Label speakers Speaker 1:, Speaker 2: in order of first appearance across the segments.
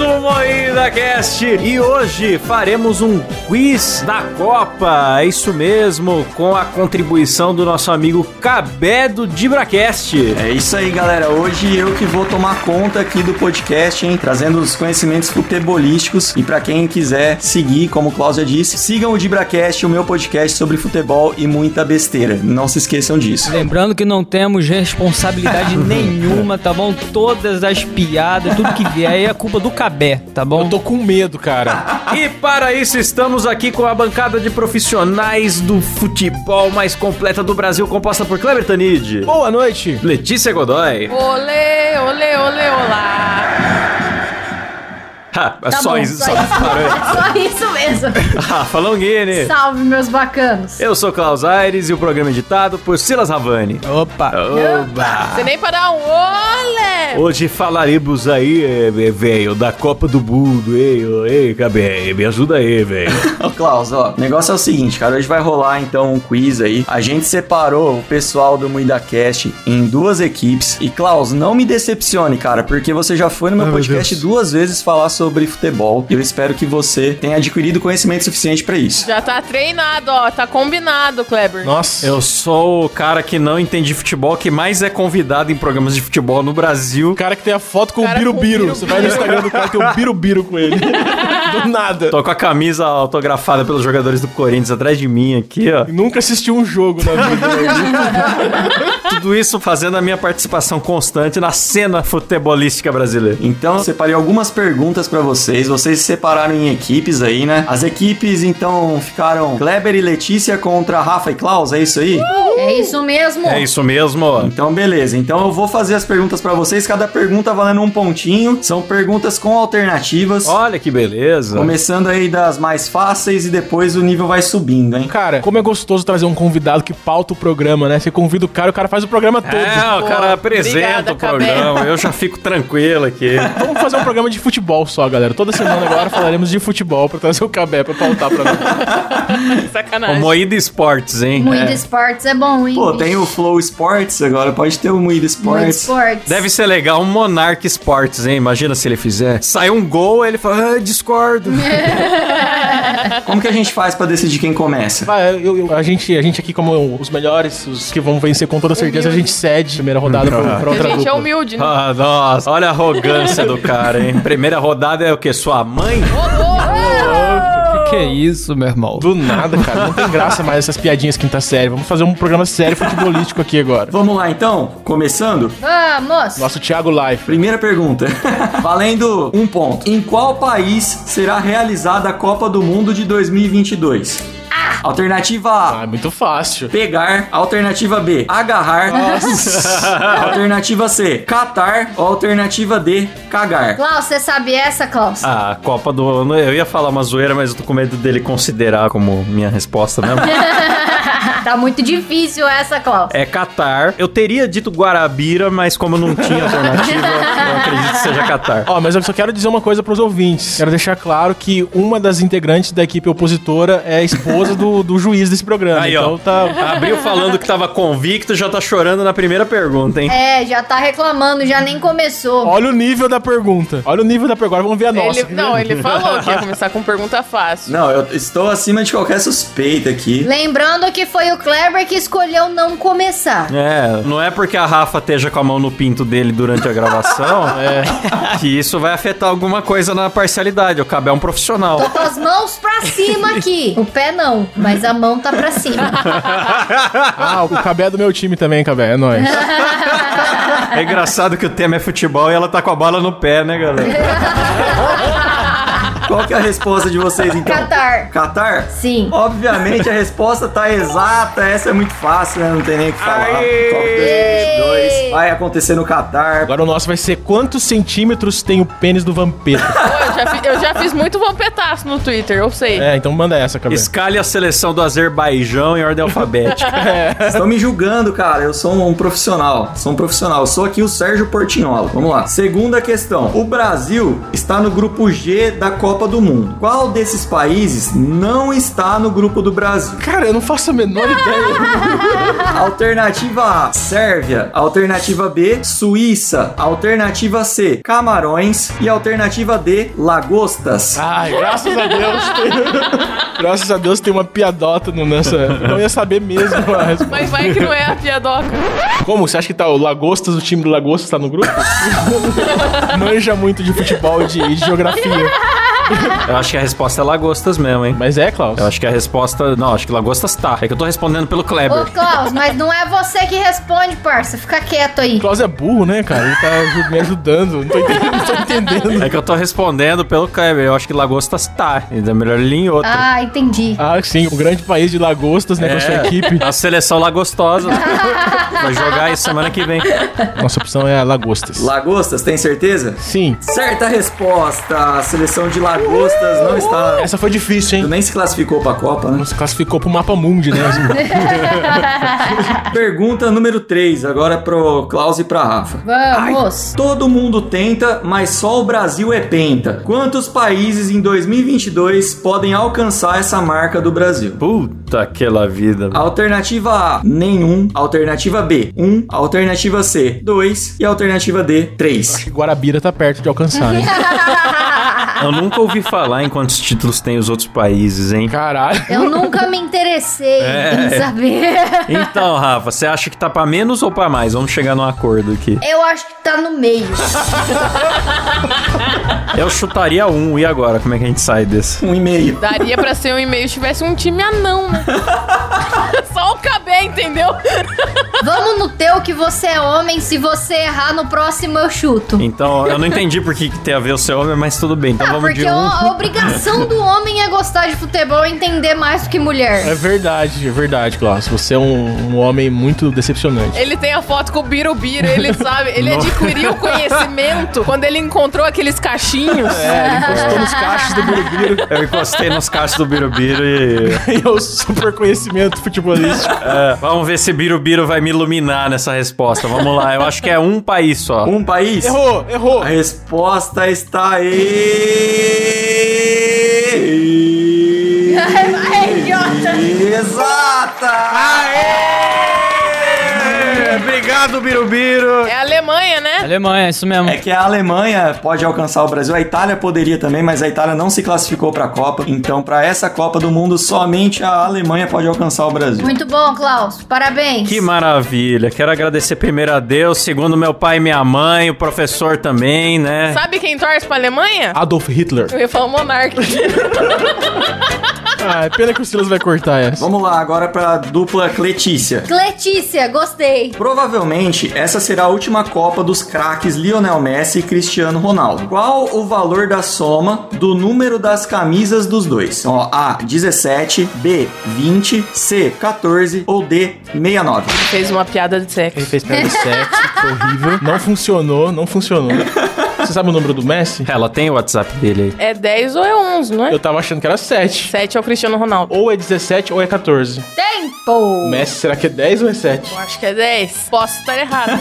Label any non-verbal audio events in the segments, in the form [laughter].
Speaker 1: um Moída Cast e hoje faremos um quiz da Copa. É isso mesmo, com a contribuição do nosso amigo Cabé do Dibracast.
Speaker 2: É isso aí, galera. Hoje eu que vou tomar conta aqui do podcast, hein? Trazendo os conhecimentos futebolísticos. E pra quem quiser seguir, como o Cláudia disse, sigam o Dibracast, o meu podcast sobre futebol e muita besteira. Não se esqueçam disso.
Speaker 3: Lembrando que não temos
Speaker 4: [laughs]
Speaker 3: responsabilidade nenhuma, tá bom? Todas as piadas, tudo que vier aí é culpa do Cabé, tá bom?
Speaker 4: Eu tô com medo, cara.
Speaker 1: E para isso estamos aqui com a bancada de profissionais do futebol mais completa do Brasil, composta por Kleber Tanid,
Speaker 4: Boa noite.
Speaker 1: Letícia Godoy.
Speaker 5: Olê, olê, olê, olá.
Speaker 1: Ah,
Speaker 5: Tá
Speaker 1: só
Speaker 5: bom,
Speaker 1: isso, só
Speaker 5: só
Speaker 1: isso. parou.
Speaker 5: É Só isso mesmo.
Speaker 1: Rafa Longini.
Speaker 5: Salve, meus bacanos.
Speaker 1: Eu sou Klaus Aires e o programa é editado por Silas Ravani.
Speaker 3: Opa!
Speaker 1: Oba!
Speaker 5: Você nem para dar um olé.
Speaker 1: Hoje falaremos aí, é, é, velho, da Copa do Mundo. Ei, ô, ei, Cabé, me ajuda aí, velho.
Speaker 2: [laughs] Ô, Klaus, ó, o negócio é o seguinte, cara. Hoje vai rolar então um quiz aí. A gente separou o pessoal do MuidaCast em duas equipes. E, Klaus, não me decepcione, cara, porque você já foi no meu
Speaker 4: Ai, meu
Speaker 2: podcast
Speaker 4: Deus.
Speaker 2: duas vezes falar sobre futebol. E eu espero que você tenha adquirido conhecimento suficiente pra isso.
Speaker 5: Já tá treinado, ó. Tá combinado, Kleber.
Speaker 1: [laughs]
Speaker 4: Nossa.
Speaker 1: Eu sou o cara que não entende futebol, que mais é convidado em programas de futebol no Brasil.
Speaker 4: O cara que tem a foto com o
Speaker 5: Cara com o
Speaker 4: birubiru.
Speaker 5: birubiru.
Speaker 4: Você vai no Instagram do cara tem um birubiru com ele. Do nada.
Speaker 1: Tô com a camisa autografada pelos jogadores do Corinthians atrás de mim aqui, ó.
Speaker 4: E Nunca assistiu um jogo na vida.
Speaker 1: Tudo isso fazendo a minha participação constante na cena futebolística brasileira.
Speaker 2: Então, eu separei algumas perguntas pra vocês. Vocês se separaram em equipes aí, né? As equipes, então, ficaram Kleber e Letícia contra Rafa e Klaus, é isso aí?
Speaker 6: É isso mesmo.
Speaker 1: É isso mesmo, ó.
Speaker 2: Então, beleza. Então, eu vou fazer as perguntas pra vocês. Cada pergunta valendo um pontinho. São perguntas com alternativas.
Speaker 1: Olha que beleza.
Speaker 2: Começando aí das mais fáceis e depois o nível vai subindo, hein?
Speaker 4: Cara, como é gostoso trazer um convidado que pauta o programa, né? Você convida o cara, o cara faz o programa todo.
Speaker 1: É, o cara
Speaker 5: Pô,
Speaker 1: apresenta
Speaker 5: obrigada,
Speaker 1: o programa. Eu já fico tranquilo aqui.
Speaker 4: Vamos fazer um programa de futebol só, galera. Toda semana agora falaremos de futebol pra trazer o Cabé pra pautar pra nós. É.
Speaker 1: O
Speaker 5: Sacanagem.
Speaker 1: Moída Esportes, hein?
Speaker 6: Muito esportes é bom, hein?
Speaker 2: Pô, tem o Flow Sports agora, pode ter o Moído
Speaker 6: Muito
Speaker 2: Sports.
Speaker 6: esportes.
Speaker 1: Deve ser legal um Monark Esportes, hein? Imagina se ele fizer. Sai um gol, ele fala, ah, discordo.
Speaker 2: Como que a gente faz pra decidir quem começa?
Speaker 4: [laughs] Vai, eu- eu- a, gente, a gente aqui, como os melhores, os que vão vencer com toda certeza, a gente cede a primeira rodada pra, pra
Speaker 5: A
Speaker 4: outra
Speaker 5: gente é
Speaker 4: dupla.
Speaker 5: humilde, né?
Speaker 1: Ah, nossa, olha a arrogância do cara, hein? Primeira rodada é o quê? Sua mãe?
Speaker 3: Que isso, meu irmão?
Speaker 4: Do nada, cara. Não tem graça mais essas piadinhas quinta série. Vamos fazer um programa [laughs] sério futebolístico aqui agora.
Speaker 2: Vamos lá então, começando?
Speaker 6: Vamos.
Speaker 4: Nosso Thiago Life.
Speaker 2: Primeira pergunta, [laughs] valendo um ponto. Em qual país será realizada a Copa do Mundo de 2022? Alternativa
Speaker 4: Ah,
Speaker 2: A.
Speaker 4: é muito fácil.
Speaker 2: Pegar. Alternativa B. Agarrar. [laughs] alternativa C. Catar. Alternativa D. Cagar.
Speaker 6: Klaus, você sabe essa, Klaus?
Speaker 1: Ah, Copa do Ano. Eu ia falar uma zoeira, mas eu tô com medo dele considerar como minha resposta mesmo.
Speaker 6: Tá muito difícil essa, Klaus.
Speaker 1: É Catar. Eu teria dito Guarabira, mas como não tinha alternativa, eu não acredito que seja Catar.
Speaker 4: Ó, mas eu só quero dizer uma coisa pros ouvintes. Quero deixar claro que uma das integrantes da equipe opositora é a esposa do, do juiz desse programa.
Speaker 1: Aí,
Speaker 4: então
Speaker 1: ó.
Speaker 4: tá.
Speaker 1: Abriu falando que tava convicto, já tá chorando na primeira pergunta, hein?
Speaker 6: É, já tá reclamando, já nem começou.
Speaker 4: Olha o nível da pergunta. Olha o nível da pergunta. Agora vamos ver a nossa.
Speaker 5: ele, não, ele falou que ia começar com pergunta fácil.
Speaker 2: Não, eu estou acima de qualquer suspeita aqui.
Speaker 6: Lembrando que foi o Kleber que escolheu não começar.
Speaker 1: É, não é porque a Rafa esteja com a mão no pinto dele durante a [laughs] gravação que isso vai afetar alguma coisa na parcialidade. O Cabé é um profissional.
Speaker 6: Tô com as mãos pra cima aqui. O pé não, mas a mão tá pra cima.
Speaker 4: Ah, o Cabé é do meu time também, Cabé. É
Speaker 5: [laughs]
Speaker 4: nóis.
Speaker 1: É engraçado que o tema é futebol e ela tá com a bola no pé, né, galera?
Speaker 2: Qual que é a resposta de vocês então?
Speaker 6: Catar.
Speaker 2: Catar?
Speaker 6: Sim.
Speaker 2: Obviamente a resposta tá exata, essa é muito fácil, né? Não tem nem o que falar.
Speaker 1: Aê!
Speaker 2: Top três, dois. Vai acontecer no Catar.
Speaker 4: Agora o nosso vai ser quantos centímetros tem o pênis do vampiro?
Speaker 5: Pô, eu, já fi- eu já fiz muito vampetaço no Twitter, eu sei.
Speaker 4: É, então manda essa, Cabé.
Speaker 1: Escalhe a seleção do Azerbaijão em ordem alfabética.
Speaker 2: Vocês estão me julgando, cara. Eu sou um profissional. Sou um profissional. Eu sou aqui o Sérgio Portinhola. Vamos lá. Segunda questão. O Brasil está no grupo G da Copa do Mundo. Qual desses países não está no grupo do
Speaker 4: [laughs]
Speaker 2: Brasil?
Speaker 4: Cara, eu não faço a
Speaker 5: [laughs]
Speaker 4: menor ideia.
Speaker 2: Alternativa A, Sérvia. Alternativa B, Suíça. Alternativa C, Camarões. E alternativa D, lagostas.
Speaker 4: Ai, graças a Deus. tem- [laughs] graças a Deus tem uma piadota no nessa. Não ia saber mesmo a resposta.
Speaker 5: Mas vai que não é a piadoca.
Speaker 4: Como? Você acha que tá o Lagostas, o time do Lagostas tá no [laughs] grupo? Manja muito de futebol e de, e de geografia.
Speaker 1: Eu acho que a resposta é lagostas mesmo, hein?
Speaker 4: Mas é, Klaus.
Speaker 1: Eu acho que a resposta. Não, acho que lagostas tá. É que eu tô respondendo pelo
Speaker 6: Ô,
Speaker 1: Kleber.
Speaker 6: Klaus, mas não é você que responde, parça. Fica quieto aí.
Speaker 4: Klaus é burro, né, cara? Ele tá ju- me ajudando. Não tô entendendo. Não tô entendendo.
Speaker 1: É que eu tô respondendo pelo Kleber. Eu acho que lagostas tá. Ainda é melhor ele ir em outra.
Speaker 6: Ah, entendi.
Speaker 4: Ah, sim, um grande país de lagostas, né, com a sua
Speaker 1: É.
Speaker 4: equipe.
Speaker 1: A seleção lagostosa. Vai jogar aí semana que vem.
Speaker 4: Nossa opção é a lagostas.
Speaker 2: Lagostas, tem certeza?
Speaker 4: sim.
Speaker 2: Certa resposta. A seleção de lagostas não está.
Speaker 4: Essa foi difícil, hein?
Speaker 2: Nem se classificou pra Copa, né?
Speaker 4: Não se classificou pro mapa mundi, né?
Speaker 2: Pergunta número 3, agora é pro Klaus e pra Rafa.
Speaker 6: Vamos. [laughs]
Speaker 2: Todo mundo tenta, mas só o Brasil é penta. Quantos países em 2022 podem alcançar essa marca do Brasil?
Speaker 1: Puta aquela vida.
Speaker 2: Alternativa A, nenhum. Alternativa B, 1. Alternativa C, 2. E alternativa D, 3.
Speaker 4: Guarabira tá perto de alcançar, hein?
Speaker 1: Eu nunca ouvi falar em quantos títulos tem os outros países, hein?
Speaker 4: Caralho.
Speaker 6: Eu nunca me interessei
Speaker 1: É.
Speaker 6: em saber.
Speaker 1: Então, Rafa, você acha que tá pra menos ou pra mais? Vamos chegar num acordo aqui.
Speaker 6: Eu acho que tá no meio.
Speaker 1: Eu chutaria um, e agora? Como é que a gente sai desse?
Speaker 2: Um e meio.
Speaker 5: Daria pra ser um e-mail se tivesse um time anão, né? [laughs] Só o Cabé, entendeu?
Speaker 6: Vamos no teu que você é homem. Se você errar no próximo, eu chuto.
Speaker 1: Então, eu não entendi por que, que tem a ver o seu homem, mas tudo bem. Então
Speaker 6: Ah,
Speaker 1: vamos de
Speaker 6: porque
Speaker 1: um.
Speaker 6: a a obrigação do homem é gostar de futebol e entender mais do que
Speaker 4: É
Speaker 6: mulher.
Speaker 4: verdade, é verdade, Klaus. Você é um, um homem muito [laughs] decepcionante.
Speaker 5: Ele tem a foto com o Birubiru, ele sabe, ele adquiriu conhecimento quando ele encontrou aqueles cachinhos.
Speaker 4: Estou nos caixas do Gurubiru
Speaker 1: Eu encostei nos cachos do Birubiru e.
Speaker 4: e o super conhecimento futebolístico.
Speaker 1: É, vamos ver se Birubiru vai me iluminar nessa resposta. Vamos lá, eu acho que é um país só.
Speaker 2: Um país?
Speaker 4: Errou, errou.
Speaker 2: A resposta está aí.
Speaker 6: Ai, idiota.
Speaker 2: Exata!
Speaker 1: É, Obrigado, Birubiru!
Speaker 5: É a Alemanha, né?
Speaker 3: Alemanha, é isso mesmo.
Speaker 2: É que a Alemanha pode alcançar o Brasil, a Itália poderia também, mas a Itália não se classificou para a Copa. Então, para essa Copa do Mundo, somente a Alemanha pode alcançar o Brasil.
Speaker 6: Muito bom, Klaus. Parabéns.
Speaker 1: Que maravilha! Quero agradecer primeiro a Deus, segundo meu pai e minha mãe, o professor também, né?
Speaker 5: Sabe quem torce pra Alemanha?
Speaker 4: Adolf Hitler.
Speaker 5: Eu ia falar o Monark.
Speaker 4: Ah, é pena que o Silas vai cortar essa.
Speaker 2: Vamos lá, agora para dupla Cletícia.
Speaker 6: Letícia, gostei.
Speaker 2: Provavelmente essa será a última Copa dos craques Lionel Messi e Cristiano Ronaldo. Qual o valor da soma do número das camisas dos dois? Então, Ó, A 17, B 20, C 14 ou D 69.
Speaker 5: Fez uma piada de
Speaker 4: Ele
Speaker 5: sexo.
Speaker 4: fez piada de sexo, foi horrível. Não funcionou, não funcionou. Você sabe o número do Messi?
Speaker 1: Ela tem o WhatsApp dele aí.
Speaker 5: É 10 ou é 11, não é?
Speaker 4: Eu tava achando que era 7.
Speaker 5: 7 é o Cristiano Ronaldo.
Speaker 4: Ou é 17 ou é 14. O
Speaker 6: Tempo.
Speaker 4: Messi, será que é 10 ou é 7?
Speaker 5: Eu acho que é 10. Posso estar errado.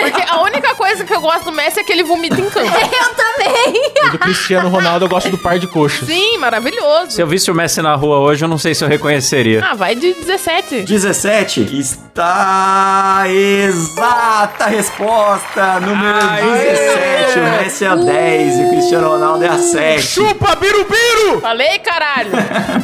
Speaker 5: Porque a única coisa que eu gosto do Messi é que ele vomita em
Speaker 6: [laughs]
Speaker 5: campo.
Speaker 6: [laughs] Eu também.
Speaker 4: E do Cristiano Ronaldo eu gosto do par de coxas.
Speaker 5: Sim, maravilhoso.
Speaker 1: Se eu visse o Messi na rua hoje, eu não sei se eu reconheceria.
Speaker 5: Ah, vai de 17.
Speaker 2: 17 está exata resposta, número 17. O Messi é a 10 e o Cristiano Ronaldo é a 7.
Speaker 4: Chupa, birubiru!
Speaker 5: Falei, caralho.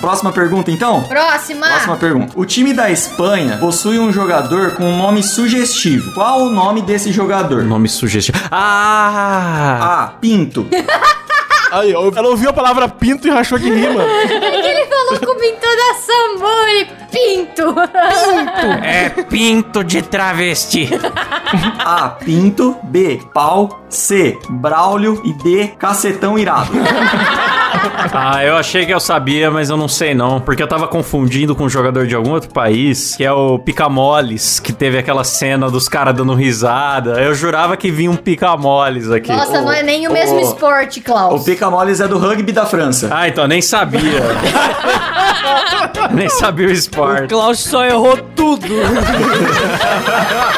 Speaker 2: Próxima pergunta então?
Speaker 6: Próxima.
Speaker 2: Próxima pergunta. O time da Espanha possui um jogador com um nome sugestivo. Qual o nome desse jogador?
Speaker 1: Nome sugestivo. Ah!
Speaker 2: A. [laughs] Pinto.
Speaker 4: Aí, ó, ela ouviu a palavra pinto e rachou de rima.
Speaker 6: É que ele falou com pintada sambori. Pinto.
Speaker 1: É pinto de travesti.
Speaker 2: A. Pinto. B. Pau. C. Braulio. E D. Cacetão irado.
Speaker 1: Ah, eu achei que eu sabia, mas eu não sei não. Porque eu tava confundindo com um jogador de algum outro país, que é o Picamoles, que teve aquela cena dos caras dando risada. Eu jurava que vinha um Picamoles aqui.
Speaker 6: Nossa, não é nem o mesmo
Speaker 2: ô,
Speaker 6: esporte, Klaus.
Speaker 2: o Picamoles é do rugby da França.
Speaker 1: Ah, então nem sabia. nem sabia o
Speaker 3: O
Speaker 1: esporte.
Speaker 3: Klaus só errou tudo.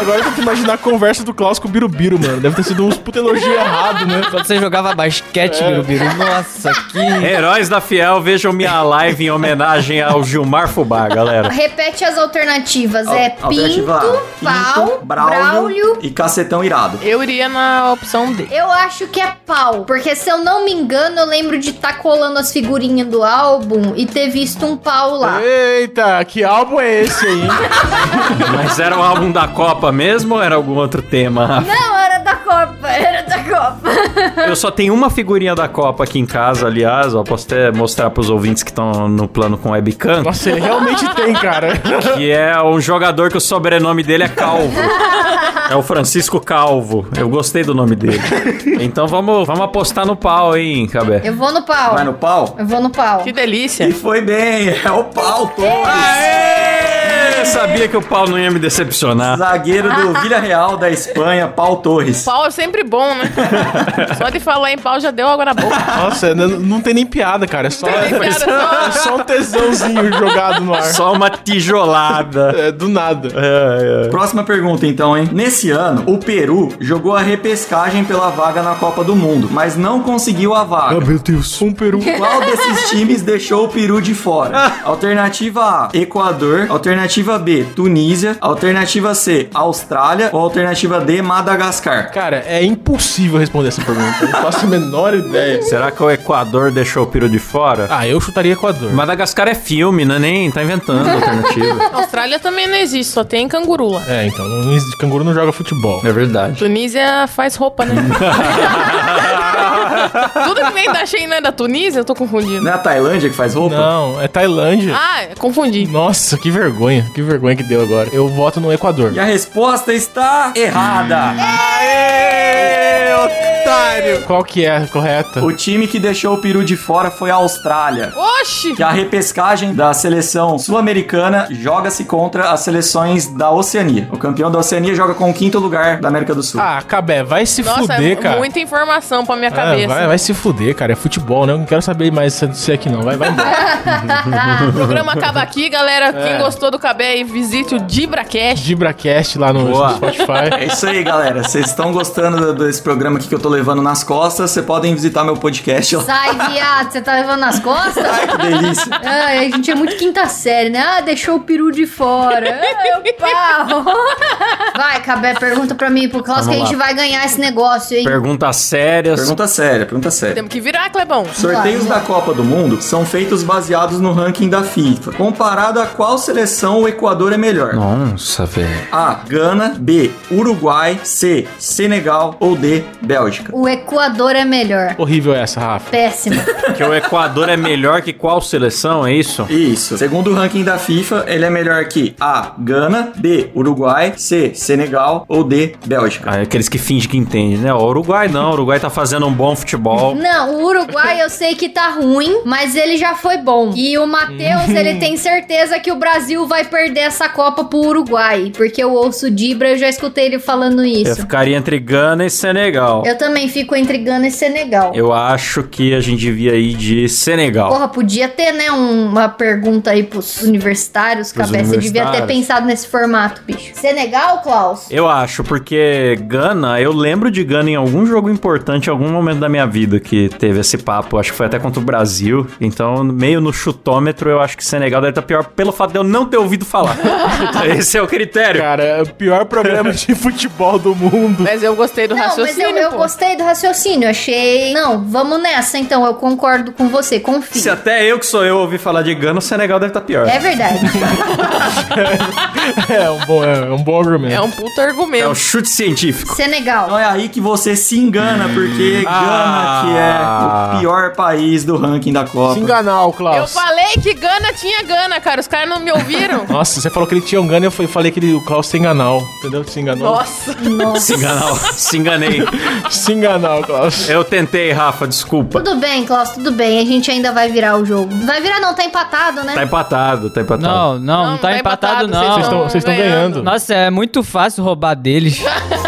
Speaker 4: Agora eu tenho que imaginar a conversa do Klaus com o birubiru, mano. Deve ter sido uns puta elogio errado, né? É.
Speaker 3: Quando você jogava basquete, Birubiru, nossa, que
Speaker 1: Heróis da Fiel, vejam minha live em homenagem ao Gilmar Fubá, galera.
Speaker 6: Repete as alternativas.
Speaker 2: Al-
Speaker 6: é pinto,
Speaker 2: Ah, alternativa A,
Speaker 6: pau,
Speaker 2: Pinto,
Speaker 6: braulio.
Speaker 2: e cacetão irado.
Speaker 5: Eu iria na opção D.
Speaker 6: Eu acho que é pau, porque se eu não me engano, eu lembro de estar colando as figurinhas do álbum e ter visto um pau lá.
Speaker 4: Eita, que álbum é esse aí? hein?
Speaker 1: Mas era o álbum da Copa mesmo ou era algum outro tema?
Speaker 6: Não, era da Copa, [laughs] era da Copa.
Speaker 1: Eu só tenho uma figurinha da Copa aqui em casa, aliás, ó, posso até mostrar pros ouvintes que estão no plano com webcam,
Speaker 4: Nossa, ele realmente tem, cara.
Speaker 1: que é um jogador que o sobrenome dele é Calvo. É o Francisco Calvo. Eu gostei do nome dele. Então vamos, vamos apostar no pau, hein, Cabé?
Speaker 6: Eu vou no pau.
Speaker 2: Vai no pau?
Speaker 6: Eu vou no pau.
Speaker 5: Que delícia.
Speaker 2: E foi bem, [laughs] é o pau, Torres.
Speaker 1: Aê! Sabia que o pau não ia me
Speaker 6: É.
Speaker 1: decepcionar.
Speaker 2: Zagueiro do Vila Real da Espanha, Pau Torres.
Speaker 5: Pau é sempre bom,
Speaker 4: [laughs]
Speaker 5: né? Só de falar em pau já deu água na boca.
Speaker 4: Nossa, n- não tem nem piada, cara. É só,
Speaker 5: Tem nem piada, só-
Speaker 4: é [laughs] só um tesãozinho jogado no ar.
Speaker 1: Só uma tijolada.
Speaker 4: É, do nada.
Speaker 2: Próxima pergunta, então, hein? Nesse ano, o Peru jogou a repescagem pela vaga na Copa do Mundo, mas não conseguiu a vaga.
Speaker 4: meu Deus. Um peru.
Speaker 2: Qual desses times deixou o Peru de
Speaker 4: [laughs]
Speaker 2: fora? Alternativa A, Equador. Alternativa B, Tunísia. Alternativa C, Austrália. Ou alternativa D, Madagascar?
Speaker 4: Cara, é impossível responder essa pergunta. Eu não faço a menor ideia.
Speaker 1: Será que o Equador deixou o Peru de fora?
Speaker 4: Ah, eu chutaria Equador.
Speaker 1: Madagascar é filme, né? Nem tá inventando alternativa.
Speaker 5: Austrália também não existe, só tem canguru lá.
Speaker 4: É, então, não existe- canguru não joga futebol.
Speaker 1: [laughs] É verdade.
Speaker 5: Tunísia faz
Speaker 4: [laughs]
Speaker 5: roupa, né? Tudo que vem da China é da Tunísia, eu tô confundindo.
Speaker 2: Não é a Tailândia que faz roupa?
Speaker 4: Não, é Tailândia.
Speaker 5: Ah, confundi.
Speaker 4: Nossa, que vergonha. Que vergonha que deu agora. Eu voto no Equador.
Speaker 2: E a resposta está errada.
Speaker 1: Aê, otário!
Speaker 4: Qual que é a correta?
Speaker 2: O time que deixou o Peru de fora foi a Austrália.
Speaker 5: Oxi!
Speaker 2: Que é a repescagem da seleção sul-americana joga-se contra as seleções da Oceania. O campeão da Oceania joga com o quinto lugar da América do Sul.
Speaker 4: Ah, Cabé, vai se
Speaker 5: Nossa,
Speaker 4: fuder,
Speaker 5: é
Speaker 4: cara.
Speaker 5: muita informação pra minha
Speaker 4: Ah,
Speaker 5: cabeça.
Speaker 4: vai, vai se fuder, cara. É futebol, né? Eu não quero saber mais se é aqui, não. Vai, vai
Speaker 5: [laughs]
Speaker 4: embora.
Speaker 5: O programa acaba aqui, galera.
Speaker 4: É.
Speaker 5: Quem gostou do Cabé aí, visite o DibraCast.
Speaker 4: Gibracast lá no
Speaker 1: Boa.
Speaker 2: É
Speaker 4: [laughs] Spotify.
Speaker 2: isso aí, galera. Vocês estão gostando do- desse programa aqui que eu tô levando nas costas? Vocês podem visitar meu podcast lá.
Speaker 6: [laughs] Sai, viado, você tá levando nas costas?
Speaker 2: Ai, que delícia.
Speaker 6: Ai, a gente é muito quinta série, né? Ah, deixou o peru de [laughs] fora. Ah,
Speaker 5: [laughs]
Speaker 6: é o pau. [laughs] Vai, Cabé, pergunta pra mim e pro Klaus
Speaker 1: Vamos
Speaker 6: que a gente
Speaker 1: lá.
Speaker 6: vai ganhar esse negócio, hein?
Speaker 1: Perguntas sérias.
Speaker 2: Pergunta séria, pergunta séria.
Speaker 5: Temos que virar, Clebão.
Speaker 2: Sorteios da Copa do Mundo são feitos baseados no ranking da FIFA. Comparado a qual seleção o Equador é melhor?
Speaker 1: Nossa, velho.
Speaker 2: A. Gana. B. Uruguai. C. Senegal. Ou D. Bélgica.
Speaker 6: O Equador é melhor.
Speaker 4: Horrível essa, Rafa.
Speaker 6: Péssimo.
Speaker 1: Que o Equador é melhor que qual seleção, é isso?
Speaker 2: Isso. Segundo o ranking da FIFA, ele é melhor que A. Gana. B. Uruguai. C. Senegal. Ou D. Bélgica.
Speaker 1: Ah, é aqueles que fingem que entendem, né? O Uruguai não, o Uruguai tá fazendo um bom futebol.
Speaker 6: Não, o Uruguai eu sei que tá ruim, mas ele já foi bom. E o Matheus, ele tem certeza que o Brasil vai perder essa Copa pro Uruguai. Porque eu ouço o Dibra, eu já escutei ele falando
Speaker 1: Eu
Speaker 6: isso.
Speaker 1: ficaria entre Gana e Senegal.
Speaker 6: Eu também fico entre Gana e Senegal.
Speaker 1: Eu acho que a gente devia ir de Senegal.
Speaker 6: Porra, podia ter, né, um- uma pergunta aí pros universitários,
Speaker 1: Pros
Speaker 6: cabeça. Você devia ter
Speaker 1: universitários.
Speaker 6: pensado nesse formato, bicho. Senegal, Klaus?
Speaker 1: Eu acho, porque Gana, eu lembro de Gana em algum jogo importante, em algum momento da minha vida que teve esse papo. Acho que foi até contra o Brasil. Então, meio no chutômetro, eu acho que Senegal deve estar pior pelo fato de eu não ter ouvido falar. [laughs] Esse é o critério.
Speaker 4: Cara, é o pior programa de futebol do mundo.
Speaker 5: Mas eu gostei do
Speaker 6: Não, mas eu,
Speaker 5: raciocínio,
Speaker 6: eu
Speaker 5: pô.
Speaker 6: gostei do raciocínio, achei... Não, vamos nessa, então, eu concordo com você,
Speaker 1: Se
Speaker 6: confio.
Speaker 1: até eu que sou eu ouvi falar de Gana, o Senegal deve estar pior.
Speaker 6: É verdade.
Speaker 4: É um bom, é, um bom argumento.
Speaker 5: É um puto
Speaker 1: É um
Speaker 5: argumento.
Speaker 1: chute científico.
Speaker 6: Senegal.
Speaker 2: Então é aí que você se engana, porque
Speaker 1: Ah.
Speaker 2: Gana, que é o pior país do ranking da Copa.
Speaker 4: Se enganar, o
Speaker 5: Eu
Speaker 4: Klaus.
Speaker 5: falei que Gana tinha Gana, cara. Os caras não me ouviram.
Speaker 4: Nossa, você falou que ele tinha um engano e eu fui- falei que ele- o Klaus se enganou. Entendeu? Se enganou.
Speaker 5: [laughs] Nossa.
Speaker 1: Se enganar, se enganei.
Speaker 4: Se enganou, Klaus.
Speaker 1: Eu tentei, Rafa, desculpa.
Speaker 6: Tudo bem, Klaus, tudo bem. A gente ainda vai virar o jogo. Vai virar não, tá empatado, né?
Speaker 1: Tá empatado, tá empatado.
Speaker 3: Não, não, não, tá empatado,
Speaker 5: vocês
Speaker 3: não.
Speaker 4: Vocês estão ganhando.
Speaker 3: Nossa, é muito fácil roubar deles.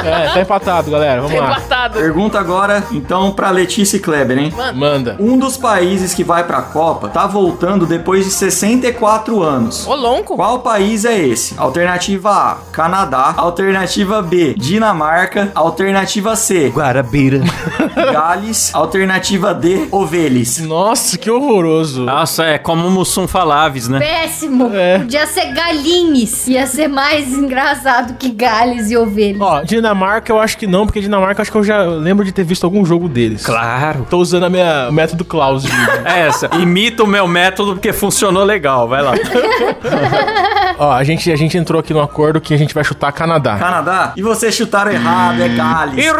Speaker 4: É, tá empatado, galera. Vamos lá.
Speaker 5: Empatado.
Speaker 2: Pergunta agora, então, pra Letícia e Kleber, hein?
Speaker 4: Manda.
Speaker 2: Um dos países que vai pra Copa tá voltando depois de 64 anos.
Speaker 5: Ô, lonco.
Speaker 2: Qual país é esse? Alternativa A, Canadá. Alternativa B, Dinamarca. Alternativa C,
Speaker 7: Guarabira.
Speaker 2: Gales. Alternativa D, Ovelhas.
Speaker 4: Nossa, que horroroso.
Speaker 1: Nossa, é como o Mussum Falaves, né?
Speaker 6: Péssimo.
Speaker 4: É.
Speaker 6: Podia ser galinhas. Ia ser mais engraçado que galhos
Speaker 4: [laughs]
Speaker 6: e ovelhas.
Speaker 4: Ó, Dinamarca eu acho que não, porque Dinamarca eu acho que eu já lembro de ter visto algum jogo deles.
Speaker 1: Claro.
Speaker 4: Tô usando a minha o método Klaus. Júlio.
Speaker 1: É essa. Imita o meu método porque funcionou legal. Vai lá.
Speaker 4: Ó, a gente, a gente entrou aqui num acordo que a gente vai chutar Canadá.
Speaker 2: Canadá? E vocês chutaram errado, é Gales. É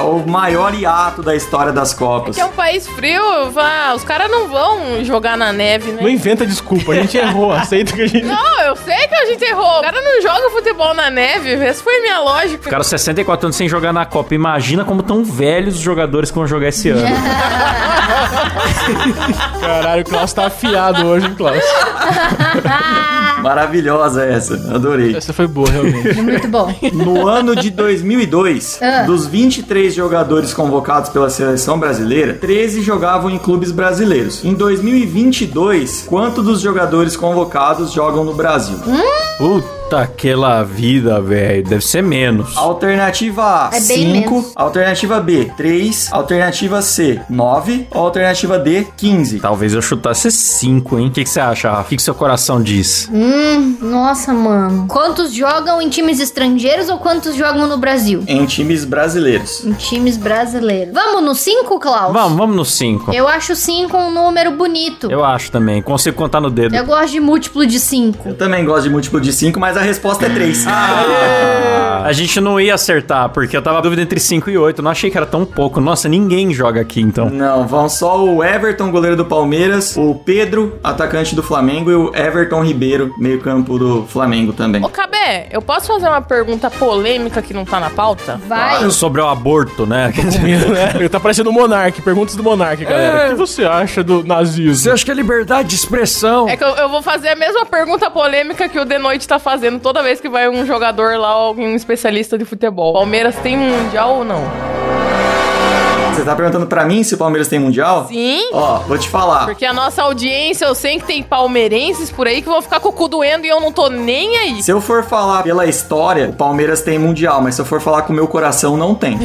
Speaker 2: o maior hiato da história das Copas.
Speaker 5: Que é um país frio, vá, os caras não vão jogar na neve, né?
Speaker 4: Não inventa desculpa, a gente errou. Aceita que a gente.
Speaker 5: Não, eu sei que a gente errou. O cara não joga futebol na neve. Essa foi minha lógica.
Speaker 1: Ficaram 64 anos sem jogar na Copa. Imagina como tão velhos os jogadores que vão jogar esse ano.
Speaker 4: Caralho, o Klaus tá afiado hoje, hein, Klaus?
Speaker 2: Maravilhosa essa, adorei.
Speaker 4: Essa foi boa, realmente.
Speaker 6: Muito bom.
Speaker 2: No ano de 2002,
Speaker 6: [laughs] Ah.
Speaker 2: dos 23 jogadores convocados pela seleção brasileira, 13 jogavam em clubes brasileiros. Em 2022, quanto dos jogadores convocados jogam no Brasil?
Speaker 6: Hum?
Speaker 1: Puta aquela vida, velho. Deve ser menos.
Speaker 2: Alternativa A,
Speaker 6: É bem
Speaker 2: 5.
Speaker 6: menos.
Speaker 2: Alternativa B, 3. Alternativa C, 9. Alternativa D, 15.
Speaker 1: Talvez eu chutasse 5, hein? O que que você acha, Rafa? O que que seu coração diz?
Speaker 6: Hum, nossa, mano. Quantos jogam em times estrangeiros ou quantos jogam no Brasil?
Speaker 2: Em times brasileiros.
Speaker 6: Em times brasileiros. Vamos no 5, Klaus?
Speaker 1: Vamos, vamos no 5.
Speaker 6: Eu acho 5 um número bonito. Eu...
Speaker 1: Eu acho também. Consigo contar no dedo.
Speaker 6: gosto de múltiplo de 5.
Speaker 2: Eu também gosto de múltiplo de 5, mas a resposta é 3.
Speaker 1: Ah, A gente não ia acertar, porque eu tava na dúvida entre 5 e 8. Não achei que era tão pouco. Nossa, ninguém joga aqui, então.
Speaker 2: Não, vão só o Everton, goleiro do Palmeiras, o Pedro, atacante do Flamengo, e o Everton Ribeiro, meio-campo do Flamengo também.
Speaker 5: Ô, Cabé, eu posso fazer uma pergunta polêmica que não tá na pauta?
Speaker 6: Vai.
Speaker 1: Sobre o aborto, né? [laughs]
Speaker 4: Ele tá parecendo o Monark. Perguntas do Monark, galera. O que você acha do nazismo?
Speaker 7: acha que é liberdade de expressão?
Speaker 5: É que eu, eu vou fazer a mesma pergunta polêmica que o De Noite tá fazendo toda vez que vai um jogador lá, alguém, um especialista de futebol. Palmeiras tem mundial ou não?
Speaker 2: Você tá perguntando pra mim se o Palmeiras tem Mundial?
Speaker 5: Sim.
Speaker 2: Ó, vou te falar.
Speaker 5: Porque a nossa audiência, eu sei que tem palmeirenses por aí que vão ficar com o cu doendo e eu não tô nem aí.
Speaker 2: Se eu for falar pela história, o Palmeiras tem Mundial, mas se eu for falar com o meu coração, não tem.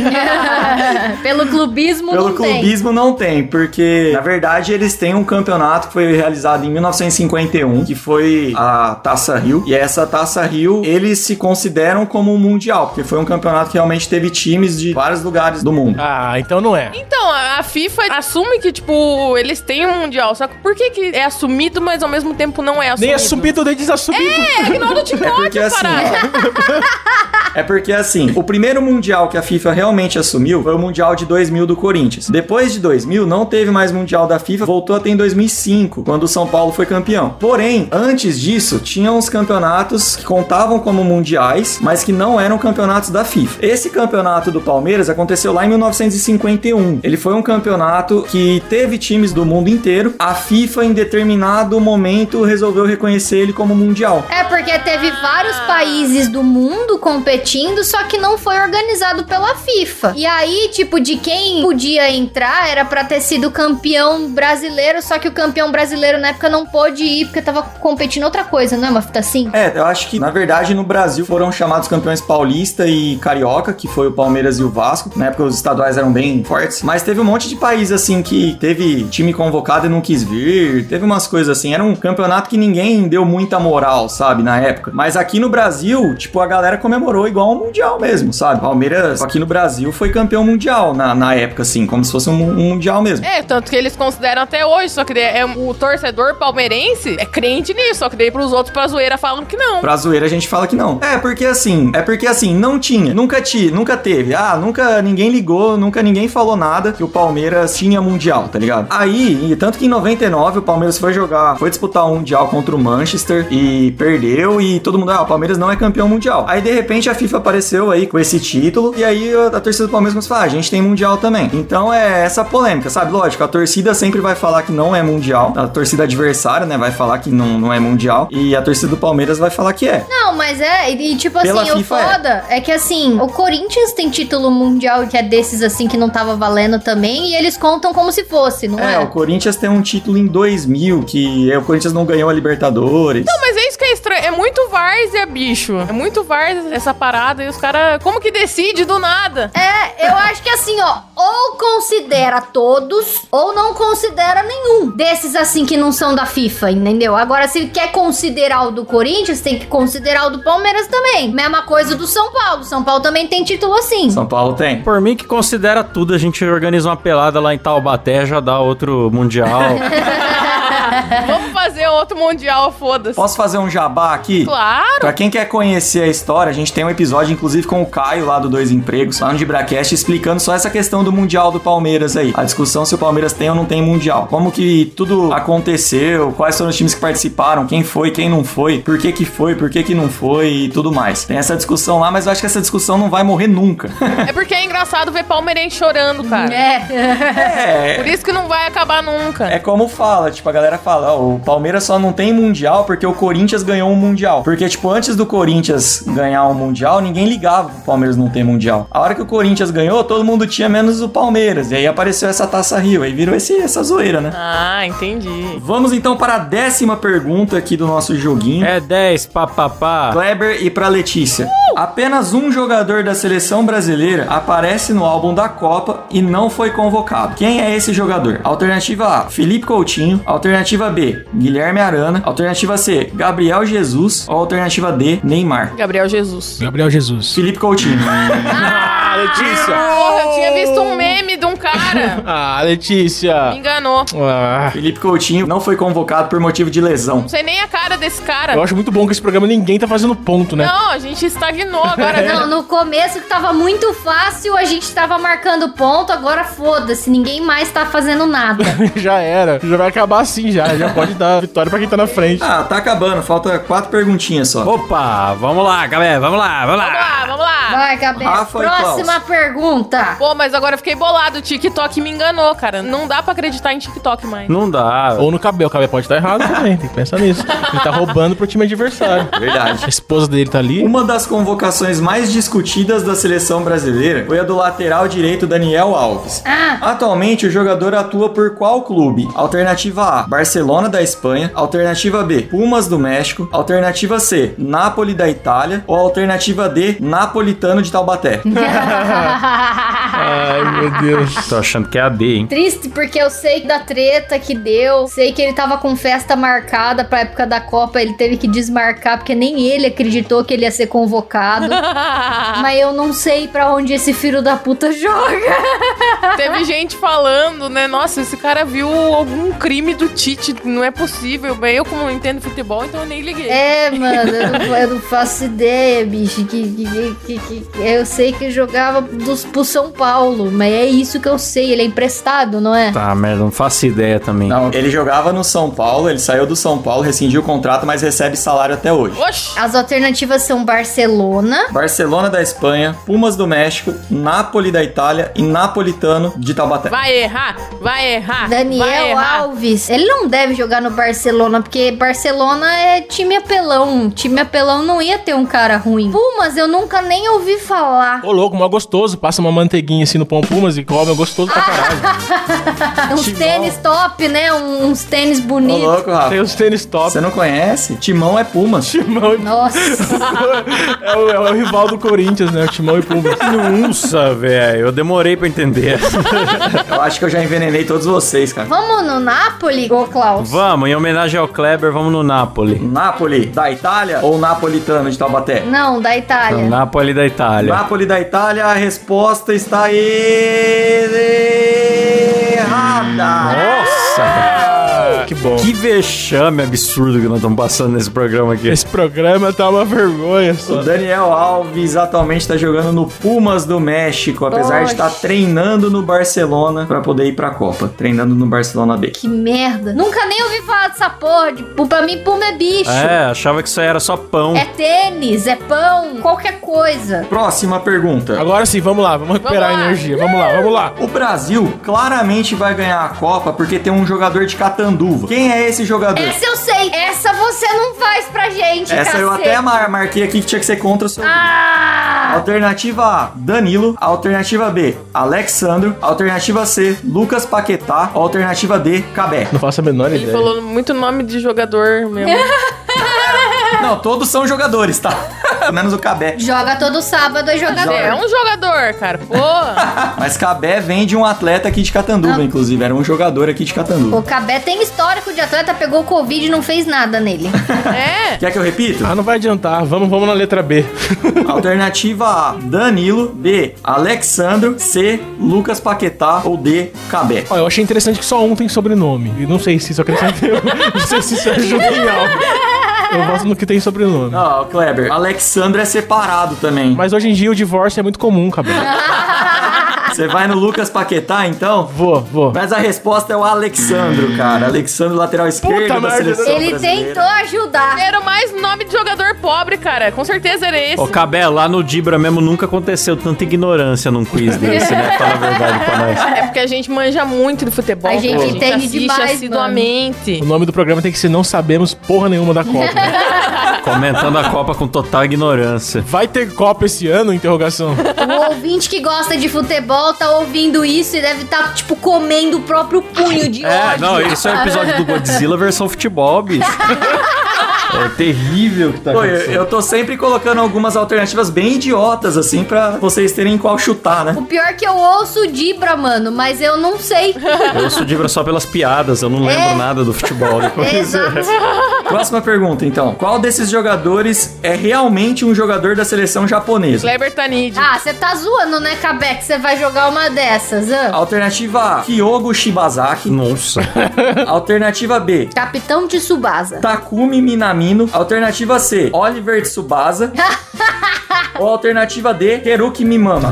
Speaker 6: [laughs] Pelo clubismo
Speaker 2: Pelo
Speaker 6: não tem.
Speaker 2: clubismo não tem, porque na verdade eles têm um campeonato que foi realizado em 1951, que foi a Taça Rio. E essa Taça Rio, eles se consideram como um mundial, porque foi um campeonato que realmente teve times de vários lugares do mundo.
Speaker 4: Ah, então não é.
Speaker 5: Então, a a FIFA assume que, tipo, eles têm um mundial. Só que por que, que é assumido, mas ao mesmo tempo não é assumido?
Speaker 4: Nem assumido, nem desassumido.
Speaker 5: É, Agnaldo Timóteo,
Speaker 2: porque assim,
Speaker 5: caralho.
Speaker 2: [laughs] É porque assim, o primeiro mundial que a FIFA realmente assumiu foi o mundial de 2000 do Corinthians. Depois de 2000 não teve mais mundial da FIFA, voltou até em 2005, quando o São Paulo foi campeão. Porém, antes disso, tinham os campeonatos que contavam como mundiais, mas que não eram campeonatos da FIFA. Esse campeonato do Palmeiras aconteceu lá em 1951. Ele foi um campeonato que teve times do mundo inteiro. A FIFA em determinado momento resolveu reconhecer ele como mundial.
Speaker 6: É porque teve vários países do mundo competindo, só que não foi organizado pela FIFA. E aí, tipo, de quem podia entrar era pra ter sido campeão brasileiro, só que o campeão brasileiro na época não pôde ir porque tava competindo outra coisa, não é uma fita assim?
Speaker 2: É, eu acho que, na verdade, no Brasil foram chamados campeões paulista e carioca, que foi o Palmeiras e o Vasco. Na época os estaduais eram bem fortes. Mas teve um monte de país, assim, que teve time convocado e não quis vir. Teve umas coisas assim. Era um campeonato que ninguém deu muita moral, sabe, na época. Mas aqui no Brasil, tipo, a galera comemorou igual um mundial mesmo, sabe? Palmeiras aqui no Brasil foi campeão mundial na, na época, assim, como se fosse um, um mundial mesmo.
Speaker 5: É, tanto que eles consideram até hoje, só que daí é, o torcedor palmeirense é crente nisso, só que daí pros outros pra zoeira falam que não.
Speaker 2: Pra zoeira a gente fala que não. É, porque assim, é porque assim, não tinha, nunca ti, nunca teve. Ah, nunca ninguém ligou, nunca ninguém falou nada que o Palmeiras tinha mundial, tá ligado? Aí, e tanto que em 99 o Palmeiras foi jogar, foi disputar um mundial contra o Manchester e perdeu e todo mundo, ah, o Palmeiras não é campeão mundial. Aí de repente a FIFA apareceu aí com esse título. E aí a, a torcida do Palmeiras começou a falar: ah, a gente tem mundial também. Então é essa polêmica, sabe? Lógico, a torcida sempre vai falar que não é mundial. A torcida adversária, né, vai falar que não, não é mundial. E a torcida do Palmeiras vai falar que é.
Speaker 6: Não, mas é, e e, tipo
Speaker 2: Pela
Speaker 6: assim, o
Speaker 2: FIFA é.
Speaker 6: foda é. que assim, o Corinthians tem título mundial que é desses assim que não tava valendo também, e eles contam como se fosse, não é?
Speaker 2: É, o Corinthians tem um título em 2000 que é, o Corinthians não ganhou a Libertadores.
Speaker 5: Mas é isso que é estranho. É muito várzea, bicho. É muito várzea essa parada. E os caras. Como que decide do nada?
Speaker 6: É, eu acho que assim, ó, ou considera todos, ou não considera nenhum desses assim que não são da FIFA, entendeu? Agora, se quer considerar o do Corinthians, tem que considerar o do Palmeiras também. Mesma coisa do São Paulo. São Paulo também tem título assim.
Speaker 2: São Paulo tem.
Speaker 1: Por mim que considera tudo, a gente organiza uma pelada lá em Taubaté, já dá outro mundial.
Speaker 5: Vamos fazer outro mundial, foda-se.
Speaker 2: Posso fazer um jabá aqui?
Speaker 5: Claro.
Speaker 2: Pra quem quer conhecer a história, a gente tem um episódio, inclusive, com o Caio lá do Dois Empregos, lá no Dibracast, explicando só essa questão do Mundial do Palmeiras aí. A discussão se o Palmeiras tem ou não tem Mundial. Como que tudo aconteceu, quais foram os times que participaram, quem foi, quem não foi, por que que foi, por que que não foi e tudo mais. Tem essa discussão lá, mas eu acho que essa discussão não vai morrer nunca. [laughs]
Speaker 5: É porque é engraçado ver palmeirense chorando, cara.
Speaker 6: É.
Speaker 5: Por
Speaker 2: é...
Speaker 5: isso que não vai acabar nunca.
Speaker 2: É como fala, tipo, a galera fala, ó, o Palmeiras só não tem Mundial porque o Corinthians ganhou um Mundial. Porque, tipo, antes do Corinthians ganhar um Mundial, ninguém ligava pro Palmeiras não ter Mundial. A hora que o Corinthians ganhou, todo mundo tinha menos o Palmeiras. E aí apareceu essa Taça Rio, aí virou esse, essa zoeira, né?
Speaker 5: Ah, entendi.
Speaker 2: Vamos então para a décima pergunta aqui do nosso joguinho.
Speaker 1: é 10, papapá.
Speaker 2: Kleber e pra Letícia. Apenas um jogador da seleção brasileira aparece no álbum da Copa e não foi convocado. Quem é esse jogador? Alternativa A, Felipe Coutinho. Alternativa B, Guilherme Arana. Alternativa C, Gabriel Jesus. Ou alternativa D, Neymar.
Speaker 5: Gabriel Jesus.
Speaker 4: Gabriel Jesus.
Speaker 2: Felipe Coutinho.
Speaker 1: Ah, Letícia!
Speaker 5: Porra, eu tinha visto um meme de um cara.
Speaker 4: Ah, Letícia.
Speaker 5: Me enganou.
Speaker 4: Ah.
Speaker 2: Felipe Coutinho não foi convocado por motivo de lesão.
Speaker 5: Não sei nem a cara desse cara.
Speaker 4: Eu acho muito bom que esse programa ninguém tá fazendo ponto, né?
Speaker 5: Não, a gente estagnou agora.
Speaker 4: É.
Speaker 6: Não, no começo que tava muito fácil, a gente tava marcando ponto, agora foda-se, ninguém mais tá fazendo nada.
Speaker 4: [laughs] já era. Já vai acabar assim já. Já pode dar vitória pra quem tá na frente.
Speaker 2: Ah, tá acabando. Falta quatro perguntinhas só.
Speaker 1: Opa, vamos lá, galera, vamos lá, vamos
Speaker 5: Vamos
Speaker 1: lá.
Speaker 5: lá, vamos lá.
Speaker 6: Vai, cabeça.
Speaker 2: Rafa e
Speaker 6: Próxima
Speaker 5: [laughs]
Speaker 6: pergunta.
Speaker 5: Pô, mas agora eu fiquei bolado. O TikTok me enganou, cara. Não dá pra acreditar em TikTok mais.
Speaker 1: Não dá.
Speaker 4: Ou no cabelo. O cabelo pode estar errado também. Tem que pensar nisso. Ele tá roubando pro time adversário.
Speaker 2: Verdade.
Speaker 4: A esposa dele tá ali.
Speaker 2: Uma das convocações mais discutidas da seleção brasileira foi a do lateral direito Daniel Alves.
Speaker 6: Ah,
Speaker 2: Atualmente, o jogador atua por qual clube? Alternativa A, Barcelona da Espanha. Alternativa B, Pumas do México. Alternativa C, Napoli da Itália. Ou alternativa D, Napolitano de Taubaté.
Speaker 4: Ai, meu Deus.
Speaker 1: Tô achando que é a D, hein?
Speaker 6: Triste porque eu sei da treta que deu, sei que ele tava com festa marcada pra época da Copa, ele teve que desmarcar porque nem ele acreditou que ele ia ser convocado.
Speaker 5: [laughs]
Speaker 6: Mas eu não sei pra onde esse filho da puta joga.
Speaker 5: Teve gente falando, né? Nossa, esse cara viu algum crime do Tite. Não é possível. Bem, eu, como não entendo futebol, então eu nem liguei.
Speaker 6: É, mano, eu não, eu não faço ideia, bicho. Que, que- que- que- que- eu sei que jogava dos, pro São Paulo, mas é isso que eu sei. Ele é emprestado, não é?
Speaker 1: Tá, merda, não faço ideia também.
Speaker 2: Não, ele jogava no São Paulo, ele saiu do São Paulo, rescindiu o contrato, mas recebe salário até hoje.
Speaker 5: Oxi!
Speaker 6: As alternativas são Barcelona.
Speaker 2: Barcelona da Espanha, Pumas do México, Napoli da Itália e Napolitano de Taubaté.
Speaker 5: Vai errar, Ah, vai errar. vai
Speaker 6: Daniel
Speaker 5: errar.
Speaker 6: Alves, ele não deve jogar no Barcelona, porque Barcelona é time apelão. Time apelão não ia ter um cara ruim. Pumas, eu nunca nem ouvi falar.
Speaker 4: Ô, louco, mó gostoso. Passa uma manteiguinha assim no pão Pumas e come. É gostoso pra caralho.
Speaker 6: uns
Speaker 4: Timão.
Speaker 6: tênis top, né? Um- uns tênis
Speaker 2: Ô
Speaker 6: bonitos.
Speaker 2: louco, Rafa.
Speaker 4: Tem os tênis top.
Speaker 2: Você não conhece? Timão é Pumas.
Speaker 4: Timão e...
Speaker 6: Nossa.
Speaker 4: é, o, é o rival do Corinthians, né? O Timão e Pumas.
Speaker 1: Nossa, velho, eu demorei pra entender.
Speaker 2: Eu acho que eu já envenenei todos vocês, cara.
Speaker 6: Vamos no Napoli, ô Klaus?
Speaker 1: vamos, em homenagem ao Kleber, vamos no Napoli.
Speaker 2: Napoli da Itália ou Napolitano de Taubaté?
Speaker 6: Não, da Itália.
Speaker 1: No Napoli da Itália.
Speaker 2: Napoli da Itália, a resposta está errada.
Speaker 1: Nossa!
Speaker 4: Que bom.
Speaker 1: Que vexame absurdo que nós estamos passando nesse programa aqui.
Speaker 4: Esse programa tá uma vergonha
Speaker 2: O
Speaker 4: só.
Speaker 2: Daniel Alves atualmente está jogando no Pumas do México, apesar de estar treinando no Barcelona para poder ir para a Copa. Treinando no Barcelona B.
Speaker 6: Que merda. Nunca nem ouvi falar dessa porra. De, pu- pra mim, puma é bicho. É.
Speaker 1: É, achava que isso aí era só pão.
Speaker 6: tênis, é pão, qualquer coisa.
Speaker 2: Próxima pergunta.
Speaker 4: Agora sim, vamos lá, vamos recuperar
Speaker 5: Vamos
Speaker 4: a
Speaker 5: lá.
Speaker 4: energia. Vamos lá, vamos lá.
Speaker 2: O Brasil claramente vai ganhar a Copa porque tem um jogador de catanduva. Quem é esse jogador?
Speaker 6: Essa eu sei. Essa você não faz pra gente,
Speaker 2: Essa eu
Speaker 6: É cacete.
Speaker 2: até mar- marquei aqui que tinha que ser contra o seu.
Speaker 6: Ah!
Speaker 2: Alternativa A, Danilo. Alternativa B, Alexandro. Alternativa C, Lucas Paquetá. Alternativa D, Cabé.
Speaker 4: Não faço a menor
Speaker 5: Ele
Speaker 4: ideia.
Speaker 5: falou muito nome de jogador mesmo.
Speaker 2: Não, todos são jogadores, tá? [laughs] Menos o Cabé.
Speaker 6: Joga todo sábado é [laughs] jogador.
Speaker 5: É um jogador, cara.
Speaker 6: [laughs]
Speaker 5: Pô,
Speaker 2: Mas Cabé vem de um atleta aqui de Catanduva, inclusive. Era um jogador aqui de
Speaker 6: O
Speaker 2: Catanduva.
Speaker 6: Cabé tem histórico de atleta, pegou Covid e não fez nada
Speaker 1: [laughs]
Speaker 6: nele.
Speaker 5: é.
Speaker 2: Quer que eu
Speaker 6: [laughs]
Speaker 2: repito?
Speaker 4: Ah, não vai adiantar. Vamos, vamos na letra B.
Speaker 2: Alternativa A, Danilo. B, Alexandro. C, Lucas Paquetá. Ou D, Cabé.
Speaker 4: Ó, eu achei interessante que só um tem sobrenome. E não sei se isso acrescentou. [laughs] não sei se isso ajuda em algo. Eu gosto no que tem sobrenome.
Speaker 2: Ó, Kleber, Alexandro é separado também.
Speaker 4: Mas hoje em dia o divórcio é muito comum, cabelo.
Speaker 2: Você vai no Lucas Paquetá, então?
Speaker 4: Vou, vou.
Speaker 2: Mas a resposta é o Alexandro, cara. Alexandro, lateral esquerdo da
Speaker 4: merda,
Speaker 2: seleção
Speaker 6: Ele
Speaker 2: brasileira.
Speaker 6: tentou ajudar.
Speaker 5: Era o mais nome de jogador pobre, cara. Com certeza era esse.
Speaker 1: Ô, Cabé, lá no Dibra mesmo nunca aconteceu tanta ignorância num
Speaker 6: [laughs]
Speaker 1: quiz desse, né? Fala a verdade pra nós.
Speaker 5: É porque a gente manja muito do futebol.
Speaker 6: A
Speaker 5: cara.
Speaker 6: gente entende
Speaker 5: assiste
Speaker 6: demais,
Speaker 5: assiduamente.
Speaker 4: O nome do programa tem que ser Não Sabemos Porra Nenhuma da Copa. né?
Speaker 1: Comentando a Copa com total ignorância.
Speaker 4: Vai ter Copa esse ano? Interrogação.
Speaker 6: O ouvinte que gosta de futebol tá ouvindo isso e deve estar, tipo, comendo o próprio punho de
Speaker 1: É,
Speaker 6: ódio.
Speaker 1: não, isso é um episódio do Godzilla versão futebol,
Speaker 6: [laughs]
Speaker 1: bicho. É terrível o que tá
Speaker 2: Pô, eu,
Speaker 1: acontecendo.
Speaker 2: eu tô sempre colocando algumas alternativas bem idiotas, assim, pra vocês terem qual chutar, né?
Speaker 6: O pior é que eu ouço o Dibra, mano, mas eu
Speaker 1: [laughs]
Speaker 6: não sei.
Speaker 1: Eu sou Dibra só pelas piadas, eu não lembro
Speaker 6: É.
Speaker 1: nada do futebol. Depois.
Speaker 6: Exato.
Speaker 2: Próxima pergunta, então. Qual desses jogadores é realmente um jogador da seleção japonesa?
Speaker 5: Kleber Tanid.
Speaker 6: Ah, você tá zoando, né, Cabé, que você vai jogar uma dessas, hã?
Speaker 2: Alternativa A, Kyogo
Speaker 6: É.
Speaker 2: Shibazaki.
Speaker 1: Nossa.
Speaker 2: Alternativa B,
Speaker 6: Capitão de Subasa.
Speaker 2: Takumi Minamino. Alternativa C, Oliver
Speaker 6: [laughs]
Speaker 2: Tsubasa. Ou alternativa D, Haruki Mimama.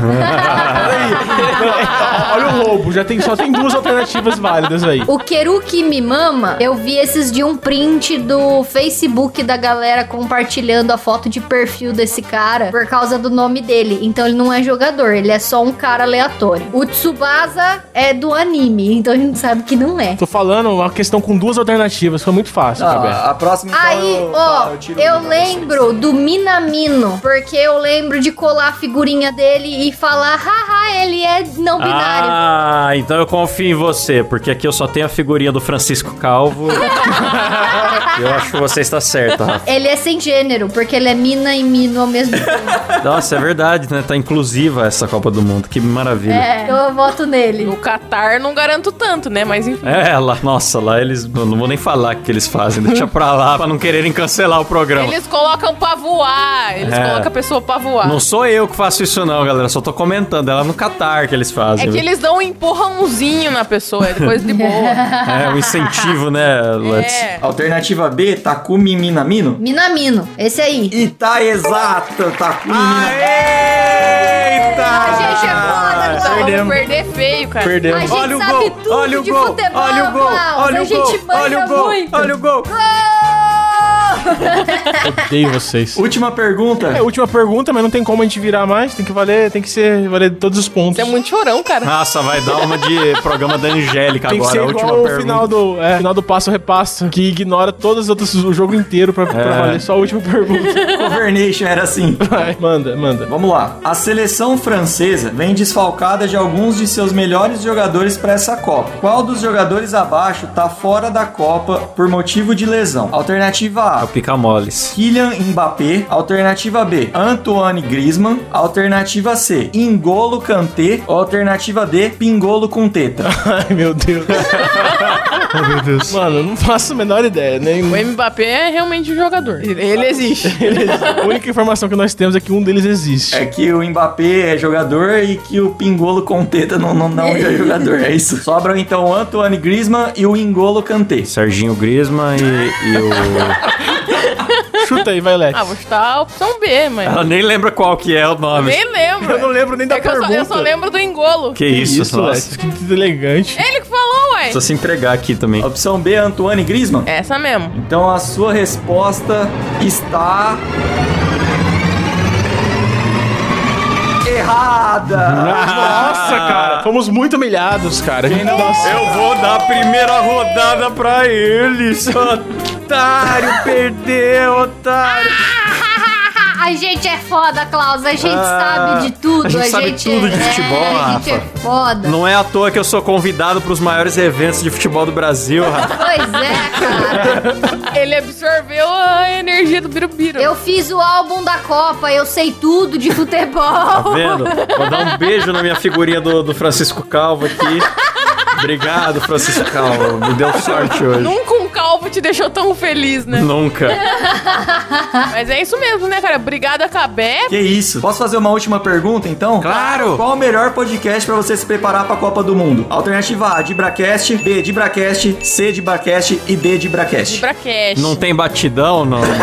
Speaker 4: Olha o roubo, já tem, só tem duas alternativas válidas aí.
Speaker 6: O Queru que me mama, eu vi esses de um print do Facebook da galera compartilhando a foto de perfil desse cara por causa do nome dele. Então ele não é jogador, ele é só um cara aleatório. O Tsubasa é do anime, então a gente sabe que não é.
Speaker 4: Tô falando uma questão com duas alternativas, foi muito fácil, Cabé.
Speaker 2: Ah, a próxima então,
Speaker 6: Aí,
Speaker 2: eu-
Speaker 6: ó,
Speaker 2: eu tiro
Speaker 6: eu
Speaker 2: uma.
Speaker 6: lembro do Minamino, porque eu lembro de colar a figurinha dele e falar, haha, ele é não binário.
Speaker 1: Ah, então eu confio em você, porque aqui eu só tenho a figurinha do Francisco Calvo. eu acho que você está certa, Rafa.
Speaker 6: [laughs] Ele é sem gênero, porque ele é mina e mino ao mesmo tempo.
Speaker 1: Nossa, é verdade, né? Tá inclusiva essa Copa do Mundo, que maravilha.
Speaker 6: É, eu voto nele.
Speaker 5: No Catar não garanto tanto, né? Mas enfim.
Speaker 1: É, lá, nossa, lá eles. eu Não vou nem falar o que eles fazem, deixa pra lá pra não quererem cancelar o programa.
Speaker 5: Eles colocam pra voar. Eles
Speaker 1: É.
Speaker 5: colocam a pessoa pra voar.
Speaker 1: Não sou eu que faço isso, não, galera. Só tô comentando. É lá no Qatar que eles
Speaker 5: É
Speaker 1: fazem.
Speaker 5: que eles dão um empurrãozinho na pessoa, é depois
Speaker 6: [laughs]
Speaker 5: de boa.
Speaker 1: É um incentivo, né, Lutz?
Speaker 5: É.
Speaker 2: Alternativa B, Takumi Minamino.
Speaker 6: Minamino, esse aí.
Speaker 2: E tá exato, Takumi Minamino.
Speaker 1: Eita!
Speaker 6: A gente é foda,
Speaker 5: Tá,
Speaker 6: Cláudio.
Speaker 5: vamos perder feio, cara.
Speaker 6: A
Speaker 1: Perdemos.
Speaker 6: gente sabe tudo
Speaker 1: olha o
Speaker 6: de
Speaker 1: gol,
Speaker 6: futebol,
Speaker 1: olha o gol,
Speaker 6: Klaus.
Speaker 1: olha
Speaker 6: A
Speaker 1: o gol,
Speaker 6: gente manja
Speaker 1: olha o gol,
Speaker 6: muito.
Speaker 1: olha o gol.
Speaker 4: Odeio
Speaker 5: [laughs]
Speaker 4: vocês.
Speaker 2: Última pergunta. [laughs]
Speaker 4: É, última pergunta, mas não tem como a gente virar mais, tem que valer, tem que ser valer todos os pontos.
Speaker 5: Você é muito chorão, cara.
Speaker 1: Nossa, vai dar uma de programa da Angélica
Speaker 4: Tem que
Speaker 1: agora,
Speaker 4: ser
Speaker 1: a última
Speaker 4: igual o
Speaker 1: pergunta.
Speaker 4: final do, é, final do passo repassa, que ignora todas as outras, o jogo inteiro pra, pra valer só a última pergunta.
Speaker 2: Governation era assim.
Speaker 4: Vai, manda, manda.
Speaker 2: Vamos lá. A seleção francesa vem desfalcada de alguns de seus melhores jogadores para essa Copa. Qual dos jogadores abaixo tá fora da Copa por motivo de lesão? Alternativa A.
Speaker 1: Picamoles.
Speaker 2: Kylian Mbappé. Alternativa B, Antoine Griezmann. Alternativa C, Ingolo Kanté. Alternativa D, Pingolo com teta.
Speaker 4: Ai, meu [laughs] Deus.
Speaker 1: meu Deus.
Speaker 4: Mano, eu não faço a menor ideia, nem...
Speaker 5: O Mbappé é realmente um jogador. Ele existe.
Speaker 4: A única informação que nós temos é que um deles existe.
Speaker 2: É que o Mbappé é jogador e que o Pingolo com teta não, não, não é jogador, é isso. Sobram então o Antoine Griezmann e o Ingolo Kanté.
Speaker 1: Serginho Grisman e, e o.
Speaker 4: Chuta aí, vai, Lex.
Speaker 5: Ah, vou chutar a opção B, mas.
Speaker 1: Ela nem lembra qual que é o nome.
Speaker 5: Nem lembro.
Speaker 4: Eu não lembro nem da
Speaker 5: É que eu só-
Speaker 4: pergunta.
Speaker 5: eu só lembro do engolo.
Speaker 1: Que isso, nossa.
Speaker 4: Lex, que elegante.
Speaker 5: Ele que falou, ué.
Speaker 1: Precisa se empregar aqui também.
Speaker 2: Opção B, Antoine Griezmann.
Speaker 5: Essa mesmo.
Speaker 2: Então a sua resposta está. Errada!
Speaker 4: Nossa, cara, fomos muito humilhados, cara. A gente nossa.
Speaker 1: Eu vou dar a primeira rodada pra eles. [laughs] Otário, perdeu, otário.
Speaker 6: Ah, a gente é foda, Klaus. A gente sabe de tudo.
Speaker 1: Ah, a gente sabe tudo de futebol,
Speaker 6: é, A gente é
Speaker 1: Rafa.
Speaker 6: foda.
Speaker 1: Não é à toa que eu sou convidado pros maiores eventos de futebol do Brasil, Rafa.
Speaker 6: Pois é, cara.
Speaker 5: Ele absorveu a energia do Birubiru.
Speaker 6: Eu fiz o álbum da Copa. Eu sei tudo de
Speaker 1: Tá
Speaker 6: futebol.
Speaker 1: vendo? Vou dar um beijo na minha figurinha do, do Francisco Calvo aqui. Obrigado, Francisco Calvo. Me deu sorte hoje.
Speaker 5: Nunca um calvo te deixou tão feliz, né?
Speaker 1: Nunca.
Speaker 5: Mas é isso mesmo, né, cara? Obrigada, Cabé.
Speaker 2: Que isso? Posso fazer uma última pergunta então?
Speaker 1: Claro.
Speaker 2: Qual o melhor podcast pra você se preparar pra Copa do Mundo? Alternativa A, Dibracast, B, Dibracast, C, Dibracast e D, Dibracast.
Speaker 5: Pra cash.
Speaker 1: Não tem batidão, não. não. [laughs]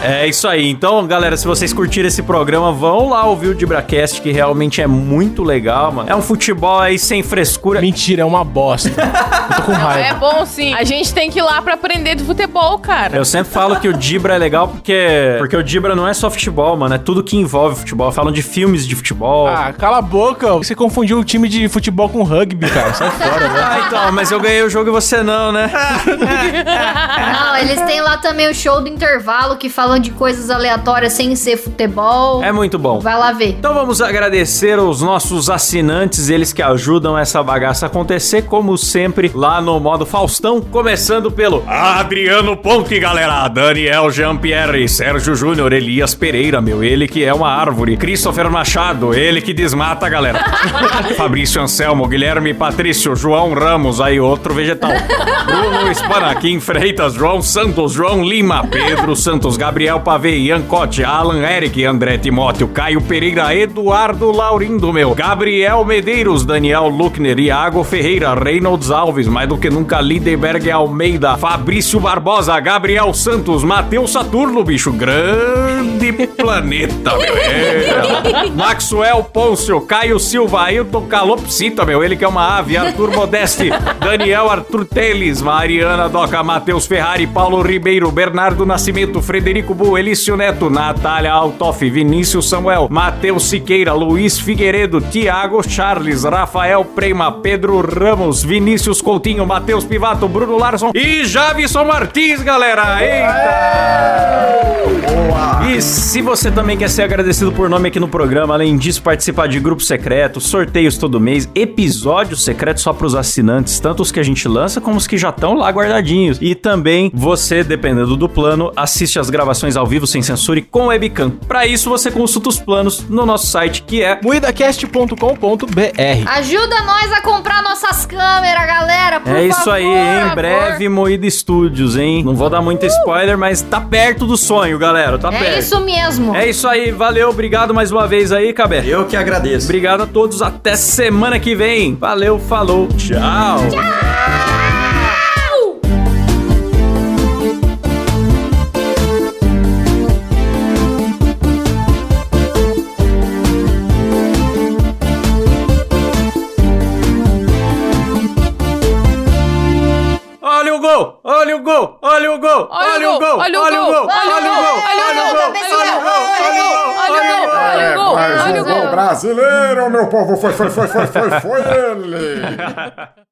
Speaker 1: É isso aí. Então, galera, se vocês curtiram esse programa, vão lá ouvir o Dibracast, que realmente é muito legal, mano. É um futebol aí sem frescura.
Speaker 4: Mentira, é uma bosta. Eu tô com
Speaker 5: É
Speaker 4: raiva.
Speaker 5: bom sim. A gente tem que ir lá pra aprender de futebol, cara.
Speaker 1: Eu sempre falo que o Dibra é legal porque porque o Dibra não é só futebol, mano, é tudo que envolve futebol. Falam de filmes de futebol. Ah,
Speaker 4: Ah, cala a boca. Você confundiu o time de futebol com rugby, cara. Sai fora, velho.
Speaker 1: então, mas eu ganhei o jogo e você não, né?
Speaker 6: Não, eles têm lá também o show do intervalo que falam de coisas aleatórias sem ser futebol.
Speaker 1: É muito bom.
Speaker 6: Vai lá ver.
Speaker 1: Então vamos agradecer aos nossos assinantes, eles que ajudam essa bagaça a acontecer, como sempre, lá no modo Faustão, começando pelo Adriano Ponte, galera, Daniel Jean-Pierre, Sérgio Júnior, Elias Pereira, meu, ele que é uma árvore, Christopher Machado, ele que desmata, galera, Fabrício Anselmo, Guilherme Patrício, João Ramos, aí outro vegetal, Bruno Espanaquim Freitas, João Santos, João Lima, Pedro Santos, Gabriel Pavê, Ian Cote, Alan Eric, André Timóteo, Caio Pereira, Eduardo Laurindo, meu, Gabriel Medeiros, Daniel Luckner, Iago Ferreira, Reynolds Alves, mais do que nunca, Lindenberg Almeida, Fabrício Barbosa, Gabriel Santos, Matheus Saturno, bicho, grande planeta, meu, é. Maxwell Pôncio, Caio Silva, Ailton Calopsita, meu, ele que é uma ave, Arthur Modeste, Daniel Arthur Teles, Mariana Doca, Matheus Ferrari, Paulo Ribeiro, Bernardo Nascimento, Frederico Bu, Elício Neto, Natália Altoff, Vinícius Samuel, Matheus Siqueira, Luiz Figueiredo, Tiago Charles, Rafael Prema, Pedro Ramos, Vinícius Coutinho, Matheus Pivato, Bruno Larson e Javison Martins, galera! Eita! E se você também quer ser agradecido por nome aqui no programa, além disso, participar de grupo secreto, sorteios todo mês, episódios secretos só pros assinantes, tanto os que a gente lança como os que já estão lá guardadinhos. E também você, dependendo do plano, assiste as gravações ao vivo sem censura e com webcam. Pra isso, você consulta os planos no nosso site, que é
Speaker 4: Muidacast.com.br
Speaker 6: Ajuda nós a comprar nossas câmeras, galera, por
Speaker 1: É isso
Speaker 6: favor. Uh!
Speaker 1: aí, em
Speaker 5: favor.
Speaker 1: breve Moída Studios, hein? Não vou dar muito spoiler, mas tá perto do sonho, galera, tá perto.
Speaker 6: É isso mesmo.
Speaker 1: É isso aí, valeu, obrigado mais uma vez aí, Cabé.
Speaker 2: Eu que agradeço.
Speaker 1: Obrigado a todos, até semana que vem. Valeu, falou, tchau. Olha o gol! Olha o gol! Olha o gol! Olha o gol! Olha o gol! Olha o gol! Olha o gol!
Speaker 5: Olha o gol, olha o gol, olha o gol.
Speaker 8: brasileiro, meu povo, foi, foi, foi, foi, foi, foi ele!